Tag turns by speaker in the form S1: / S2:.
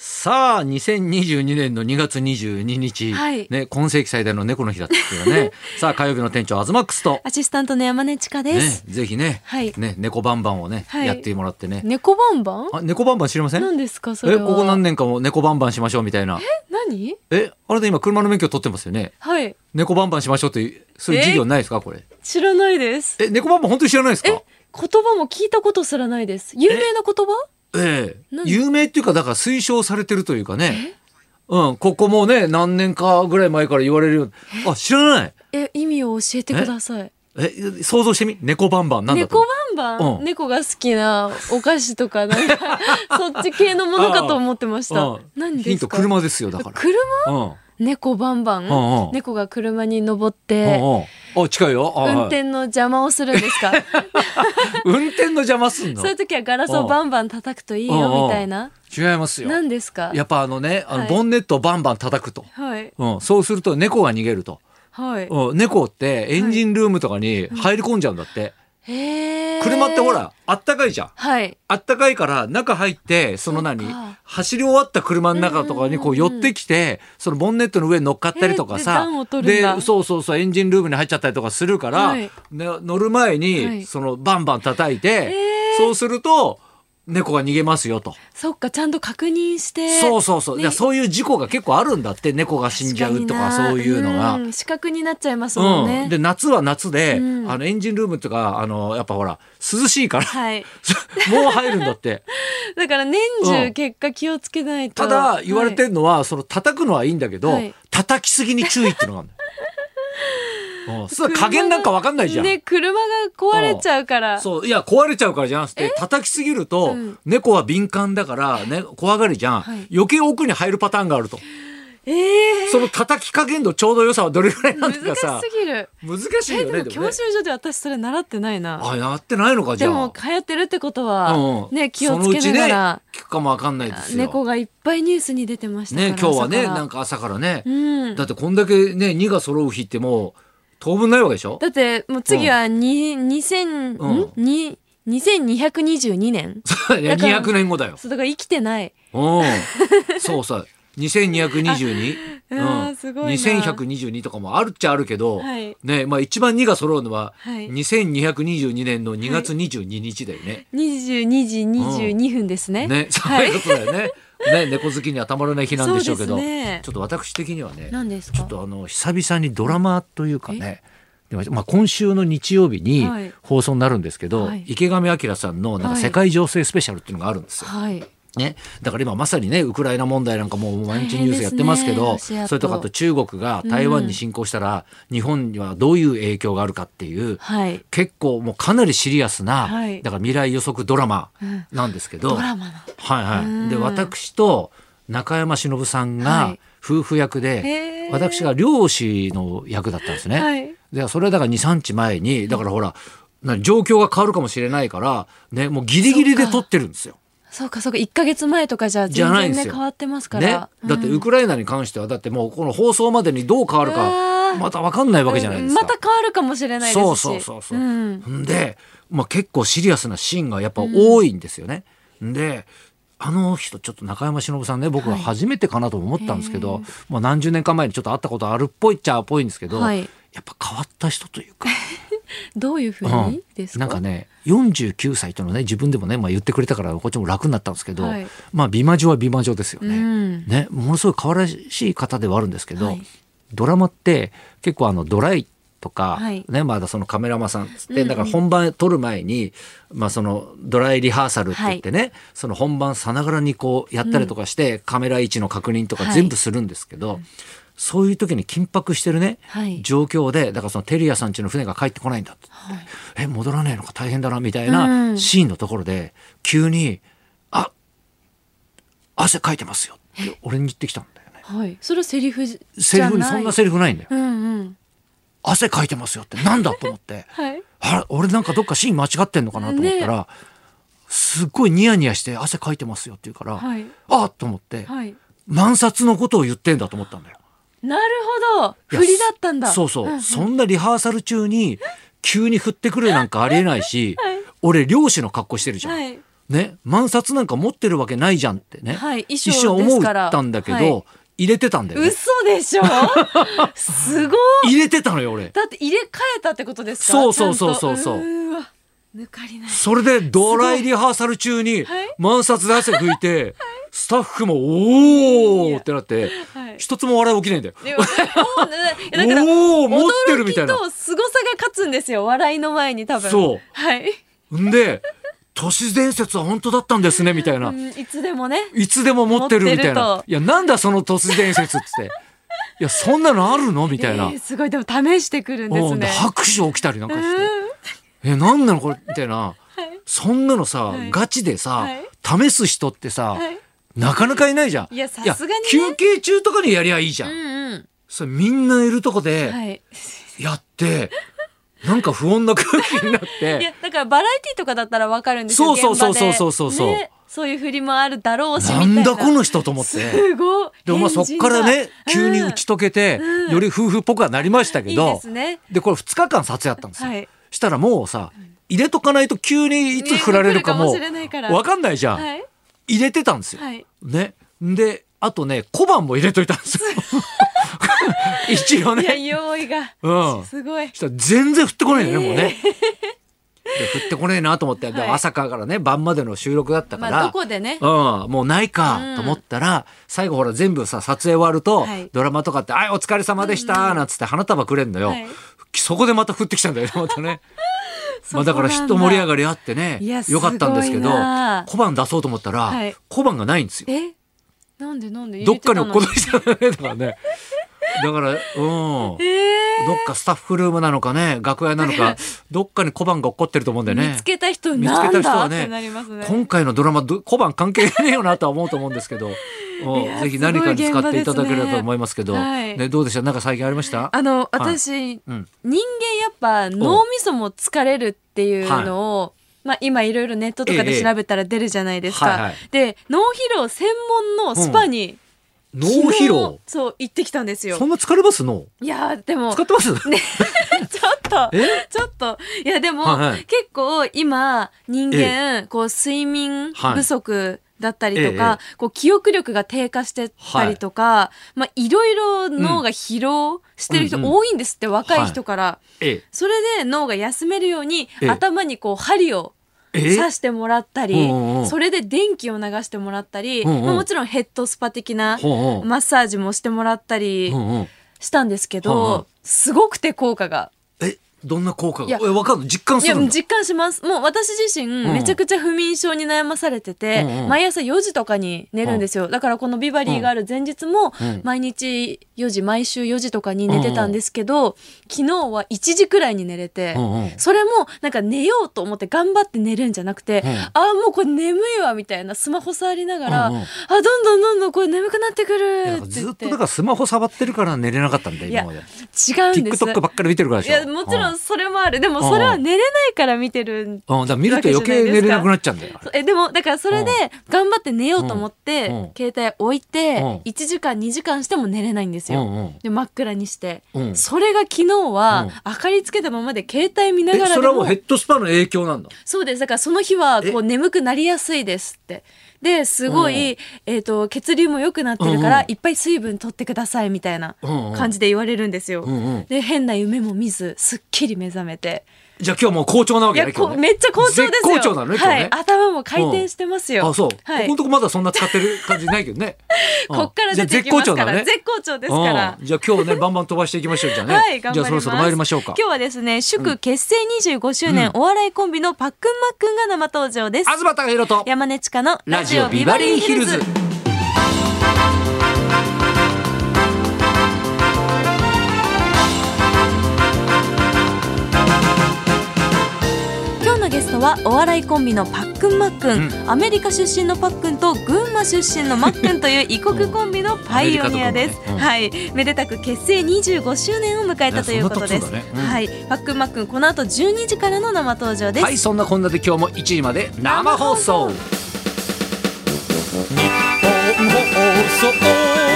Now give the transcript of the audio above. S1: さあ2022年の2月22日、
S2: はい
S1: ね、今世紀最大の猫の日だったよ ねさあ火曜日の店長アズマックスと、
S2: アシスタントの山根千佳で
S1: ね
S2: す。、
S1: ぜひね,、
S2: はい
S1: ね猫バンバンをね、
S2: はい
S1: やってもらってね
S2: 猫バンバン？
S1: あ猫バンバン知りません
S2: 何ですかそれ
S1: え
S2: は？
S1: ここ何年かも猫バンバンしましょうみたいな
S2: 何？
S1: えあれで今車の免許取ってますよね
S2: はい。
S1: 猫バンバンしましょうっていうそういう事業ないですかこれ
S2: 知らないです。
S1: え猫バンバン本当に知らないです
S2: え
S1: か
S2: 言葉も聞いたことすらないです。有名な言葉？
S1: ええ
S2: 何
S1: 有名っていうかだから推奨されてるというかねうんここもね何年かぐらい前から言われるよあ知らない
S2: え意味を教えてください。
S1: え想像してみ猫バンバンなんだと
S2: 猫
S1: 思う
S2: バンバン、
S1: うん
S2: 猫が好きなお菓子とかな んかそっち系のものかと思ってました。
S1: うん
S2: 何
S1: ヒ
S2: で
S1: ン
S2: す
S1: ト
S2: か？
S1: 車ですよだから
S2: 車
S1: うん
S2: 猫バンバン、
S1: うんうん
S2: 猫が車に登っ
S1: うん
S2: て。
S1: うんあ近いよあはい
S2: 運転の邪魔をするんで すか
S1: 運転の邪魔すんの
S2: そういう時はガラスをバンバン叩くといいよみたいな
S1: 違いますよ
S2: 何ですか
S1: やっぱあのねあの
S2: はい
S1: ボンネットをバンバン叩くと
S2: はい
S1: うんそうすると猫が逃げると
S2: はい
S1: うん猫ってエンジンルームとかに入り込んじゃうんだって
S2: へー
S1: 車ってほらあったかいじゃん
S2: はい
S1: あったかいから中入ってその
S2: そう
S1: 何
S2: か
S1: 走り終わった車の中とかにこうん
S2: ううん
S1: 寄
S2: うんうん
S1: ってきてそのボンネットの上に乗っかったりとか
S2: えー
S1: さ
S2: で暖を取るんだ
S1: そうそうそうエンジンルームに入っちゃったりとかするから、
S2: はい
S1: ね乗る前
S2: は
S1: に
S2: い
S1: そのバンバン叩いて、
S2: えー
S1: そうすると猫が逃げますよと、
S2: そっかちゃんと確認して
S1: そうそうそう、
S2: ね
S1: いやそういう事故が結構あるんだって猫が死んじゃうとか
S2: 確にな
S1: そういうのが。
S2: ん視覚になっちゃいますもんね、
S1: で夏は夏で、
S2: うん
S1: あのエンジンルームとかあのやっぱほら涼しいから
S2: はい
S1: もう入るんだって。
S2: だから年
S1: う
S2: 中
S1: ん
S2: 結果気をつけないと
S1: ただ言われてるのは、その叩くのはいいんだけど、
S2: はい
S1: 叩きすぎに注意っていうのがあるのよ。うん それ加減なんかわかんないじゃん。
S2: ね車が壊れちゃうから
S1: そういや壊れちゃうからじゃなくて叩きすぎると、
S2: うん
S1: 猫は敏感だから、ね、怖がりじゃん、
S2: はい
S1: 余計奥に入るパターンがあると
S2: えー、
S1: その叩き加減のちょうど良さはどれぐらいなん
S2: 難
S1: て
S2: し
S1: か さ
S2: すぎる
S1: 難しい
S2: え
S1: よね
S2: でも
S1: で
S2: 教
S1: もね
S2: 習所で私それ習ってないな
S1: あやってないのかじ
S2: で
S1: ゃあ
S2: も通ってるってこと
S1: うん
S2: は
S1: うん
S2: ね気を
S1: その
S2: つけながら、
S1: うちね聞くかもわかんないですよ
S2: 猫がいっぱいニュースに出てましたから
S1: ね今日はね
S2: 朝から
S1: なんか朝からね、
S2: うん
S1: だってこんだけね2が揃う日ってもう当分ないわけでしょ
S2: だってもう次はに2000、
S1: うん
S2: んに2222年
S1: いや
S2: だから
S1: 200年後だよ。
S2: そうだから生きてない
S1: うん。そうさ、2222。
S2: ああーすごいな
S1: 2122とかもあるっちゃあるけど、
S2: はい
S1: ね、まあ一番2が揃うのは、
S2: はい
S1: 2222年の2月22日だよね。
S2: 22時22分ですね、
S1: ね、そういうことだよね。ね、猫好きにはたまらない日なんでしょうけど、
S2: そうですね
S1: ちょっと私的にはね、
S2: 何です
S1: ちょ
S2: か
S1: っとあの久々にドラマというかねでもまあ、今週の日曜日に
S2: はい
S1: 放送になるんですけど、
S2: はい
S1: 池上彰さんのなんか
S2: はい
S1: 世界情勢スペシャルっていうのがあるんですよ。
S2: はい
S1: ね、だから今まさにねウクライナ問題なんかもう毎日ニュースやってますけど
S2: 大変ですねロシアと
S1: それとかあと中国が台湾に侵攻したら、日本にはどういう影響があるかっていう、
S2: はい
S1: 結構もうかなりシリアスな、
S2: はい
S1: だから未来予測ドラマ
S2: うん
S1: なんですけど、
S2: ド
S1: はい
S2: ラマの
S1: は
S2: う
S1: い、
S2: ん
S1: で私と中山忍さん
S2: は
S1: が
S2: い
S1: 夫婦役で、
S2: へー
S1: 私が漁師の役だったんですね。
S2: はい
S1: でそれはだから23日前にだからほら、な状況が変わるかもしれないから、ね、もうギリギリで撮ってるんですよ。
S2: そうかそうか1か月前とかじゃ
S1: じ
S2: 全
S1: ゃないん
S2: 然
S1: です
S2: ね
S1: よ
S2: 変わってますか
S1: ね
S2: ら、、
S1: だってウクライナに関してはだってもうこの放送までにどう変わる
S2: う
S1: か
S2: わー
S1: また分かんないわけじゃないですか。
S2: また変わるかもしれないですし
S1: そうそうそうそう。
S2: ん
S1: ん、で、まあ、結構シリアスなシーンがやっぱ多いんですよね。であの人ちょっと中山忍さんね僕は初めてかなとも思ったんですけど、まあ、何十年か前にちょっと会ったことあるっぽいっちゃっぽいんですけど、
S2: はい
S1: やっぱ変わった人という か。
S2: どういうふう
S1: う
S2: に
S1: ん
S2: ですか、
S1: なんかね49歳とのね自分でもね、まあ、言ってくれたからこっちも楽になったんですけど、
S2: はい
S1: まあ美魔女は美魔女ですよね,、
S2: うん
S1: ねものすごい可愛らしい方ではあるんですけど、
S2: はい
S1: ドラマって結構あのドライとか、
S2: はい
S1: ね、まだそのカメラマンさんっつって、だから本番撮る前に、まあ、そのドライリハーサルって言ってね、その本番さながらにこうやったりとかして、カメラ位置の確認とか
S2: はい
S1: 全部するんですけど、そういう時に緊迫してるね、
S2: はい
S1: 状況でだからそのテリアさんちの船が帰ってこないんだって言って、え戻らないのか大変だなみたいな
S2: うん
S1: シーンのところで、急に「あ汗かいてますよ」って俺に言ってきたんだよね。
S2: はいそれはセリフじ
S1: セ
S2: じ
S1: リ
S2: ゃ
S1: フに
S2: ない
S1: そんなセリフないんだよ。
S2: うんうん
S1: 汗かいてますよってなんだと思って。
S2: はい
S1: あれ俺なんかどっかシーン間違ってんのかなと思ったら、すっごいニヤニヤして汗かいてますよって言うから、
S2: はい
S1: あっと思って、
S2: はい
S1: 万札のことを言ってんだと思ったんだよ。
S2: なるほど
S1: いや
S2: 振りだったんだ
S1: そうそう、
S2: ん
S1: そんなリハーサル中に急に振ってくるなんかありえないし、
S2: はい
S1: 俺漁師の格好してるじゃん、
S2: はい
S1: ね、万冊なんか持ってるわけないじゃんってね、
S2: はい衣装
S1: 一瞬思
S2: です
S1: っ
S2: から
S1: たんだけど、
S2: はい
S1: 入れてたんだよ、ね、
S2: 嘘でしょ すごい
S1: 入れてたのよ俺
S2: だって入れ替えたってことですか
S1: そうそうそう
S2: ちゃんと
S1: そうそう
S2: ーわ抜かりない
S1: それでドライリハーサル中に
S2: はい
S1: 満札で汗拭い て、スタッフも「おー!」ってなって、
S2: はい
S1: 一つも笑い起きないんだよ。
S2: でもおーねだから
S1: おー持ってるみた
S2: 驚
S1: い
S2: き
S1: な。
S2: と凄さが勝つんですよ笑いの前に多分
S1: そう
S2: はい、
S1: んで都市伝説は本当だったんですねみたいうな、
S2: ん、いつでもね
S1: いつでも持ってるみたい
S2: 持
S1: な
S2: ってると
S1: 「いやなんだその都市伝説」っつって「いやそんなのあるの?」みたいな
S2: えー、すごいでも試してくるんで
S1: う
S2: す
S1: んで
S2: ね
S1: 拍手起きたりなんかして「
S2: うん
S1: えなんなのこれ」みたいなそんなのさ、
S2: はい
S1: ガチでさ、
S2: はい
S1: 試す人ってさ、
S2: はい
S1: なかなかいないじゃん。
S2: いやさすがにね
S1: 休憩中とかにやりゃいいじゃん。
S2: うんうん
S1: それみんないるとこで
S2: はい
S1: やって、なんか不穏な空気になっ
S2: いや
S1: て、
S2: だからバラエティとかだったらわかるんですよ
S1: そうそうそう
S2: 現場で
S1: そうそうそうそう
S2: ね、そういう振りもあるだろうしみた
S1: ない
S2: なん
S1: だこの人と思って。
S2: すごい
S1: でもまあそっからね、急に打ち解けて、
S2: うん
S1: より夫婦っぽくはなりましたけ
S2: いい
S1: ど、
S2: ですね
S1: でこれ2日間撮影あったんですよ。
S2: はい
S1: したらもうさ、入れとかないと急にいつ振られるかも
S2: ね来るかもしれないから
S1: わかんないじゃん。
S2: はい
S1: 入れてたんですよ。
S2: はい
S1: ね。で、あとね、小判も入れといたん ですよ。一応
S2: いや
S1: ね。
S2: 用意が
S1: うん。
S2: すごい
S1: したら全然降ってこないよね、もうね。で降ってこねえなと思って、で
S2: はい
S1: 朝からね晩までの収録だったから、
S2: まあどこでね
S1: うん、もうないかと思ったら、最後ほら全部さ撮影終わると、
S2: はい
S1: ドラマとかって「あいお疲れ様でした」なんつって花束くれんのよ、
S2: はい
S1: そこでまた降ってきたんだよねまた ね。まあ
S2: こなんだ
S1: だから人盛り上がりあってね
S2: いや
S1: よかったんですけど
S2: すごいな
S1: 小判出そうと思ったら、
S2: はい
S1: 小判がないんですよ。
S2: えなんでなんで
S1: どっかに落っこ
S2: 入れ
S1: ち
S2: て
S1: たんだねだからね。だからうん。
S2: たのにえ
S1: どっかスタッフルームなのかね、楽屋なの か、どっかに小判が落っこってると思うんで
S2: ー
S1: ね。
S2: 見つけた人
S1: 見つ
S2: な
S1: けた
S2: ん
S1: 人
S2: だ
S1: は
S2: って
S1: ね
S2: なりますね
S1: 今回のドラマど小判関係ねえよなとは思うと思うんですけど、うん
S2: いや
S1: ぜひ何かに使っていただければと思いますけど、
S2: すごい現場で
S1: ね
S2: すね
S1: どうでしたなんか最近ありました？
S2: あの
S1: い
S2: 私、
S1: うん
S2: 人間やっぱ脳みそも疲れるっていうのを、まあ、今いろいろネットとか
S1: ええ
S2: で調べたら出るじゃないですか、
S1: はいはい
S2: で脳疲労専門のスパに、
S1: 脳
S2: 昨日
S1: 疲労。
S2: そう行ってきたんですよ
S1: そんな疲れます脳？
S2: いやーでも
S1: 使って ます？
S2: ちょっと
S1: え
S2: ちょっといやでも、
S1: はいはい
S2: 結構今人間こう睡眠不足だったりとか、
S1: はい
S2: こう記憶力が低下してたりとか、まあいろいろ脳が疲労してる人
S1: うんうん
S2: 多いんですって、若い人から、
S1: え
S2: それで脳が休めるように
S1: ええ
S2: 頭にこう針を
S1: え
S2: 刺してもらった
S1: え
S2: り
S1: うんうんうん
S2: それで電気を流してもらったり、
S1: うんうん
S2: まあもちろんヘッドスパ的な
S1: ほうほう
S2: マッサージもしてもらったり
S1: うんうん
S2: したんですけど、
S1: うんうん
S2: すごくて効果が。
S1: えどんな効果
S2: い
S1: が？
S2: や
S1: えわかるの？実感
S2: い
S1: す
S2: や
S1: るんだ。
S2: 実感しますもう私自身
S1: ん
S2: めちゃくちゃ不眠症に悩まされてて、
S1: うんうん
S2: 毎朝4時とかに寝るんですよ、だからこのビバリーがある前日も
S1: うん
S2: 毎日4時毎週4時とかに寝てたんですけど、昨日は1時くらいに寝れて、
S1: うんうん
S2: それもなんか寝ようと思って頑張って寝るんじゃなくて、
S1: うん
S2: ああもうこれ眠いわみたいなスマホ触りながら、
S1: うんうん
S2: あどんどんどんどんこれ眠くなってく
S1: いや
S2: る
S1: だか
S2: っ
S1: ら
S2: て
S1: ず
S2: 言っ
S1: ってとだからスマホ触ってるから寝れなかったんだよ
S2: いや
S1: 今まで。
S2: 違うんです
S1: TikTok ばっかり見てるからで
S2: い
S1: しょ。
S2: やもちろ
S1: うん
S2: それもあるでもそれは寝れないから見てるん
S1: ん。うん、だから見ると余計寝れなくなっちゃうんだよ。
S2: そうえでもだからそれで頑張って寝ようと思って、
S1: うんうん
S2: 携帯置いて、
S1: うん
S2: 1時間2時間しても寝れないんです
S1: う
S2: よ、
S1: んうん。
S2: で真っ暗にして、
S1: うん
S2: それが昨日は、
S1: うん
S2: 明かりつけたままで携帯見な
S1: え
S2: がら
S1: そ
S2: で
S1: れはも
S2: も
S1: うヘッドスパの影響なんだ。
S2: そうですだからその日はこ
S1: え
S2: う眠くなりやすいですってですごい、えー、と血流も良くなってるから、
S1: うんうん
S2: いっぱい水分取ってくださいみたいな
S1: うんうん
S2: 感じで言われるんですよ、
S1: うんうん
S2: で変な夢も見ずすっきり目覚めて
S1: じゃあ今日もう好調なわ
S2: い
S1: けだ
S2: や
S1: ね。
S2: こ
S1: 今
S2: う
S1: 日ね
S2: めっちゃ好調ですよ
S1: 絶好調なのね今日
S2: はい
S1: ね、。
S2: 頭も回転してますよ、
S1: あそう、
S2: はい、
S1: ここのとこまだそんな使ってる感じないけどね。うん
S2: こっから
S1: じゃ
S2: 出
S1: あ
S2: て
S1: 絶
S2: き
S1: 好
S2: ます
S1: 調
S2: か
S1: なの
S2: ら、
S1: ね。
S2: 絶好調ですから
S1: うん。じゃあ今日ねバンバン飛ばしていきましょうじゃあね。
S2: はい、頑張ります。
S1: じゃあそろそろ参りましょうか。
S2: 今日はですね、祝結成25周年、お笑いコンビのパックンマックンが生登場です。
S1: 東隆弘と
S2: 山根千佳の
S1: ラジオビバリーヒルズ。
S2: 今日のゲストはお笑いコンビのパックンマックン、アメリカ出身のパックンと群馬出身のマックンという異国コンビのパイオニアです、
S1: うん
S2: はいめでたく結成25周年を迎えたということで
S1: いやそ
S2: す、
S1: んな経つんだねうん
S2: はいパックンマックンこの後12時からの生登場です、
S1: はいそんなこんなで今日も1時まで生放送。日本放送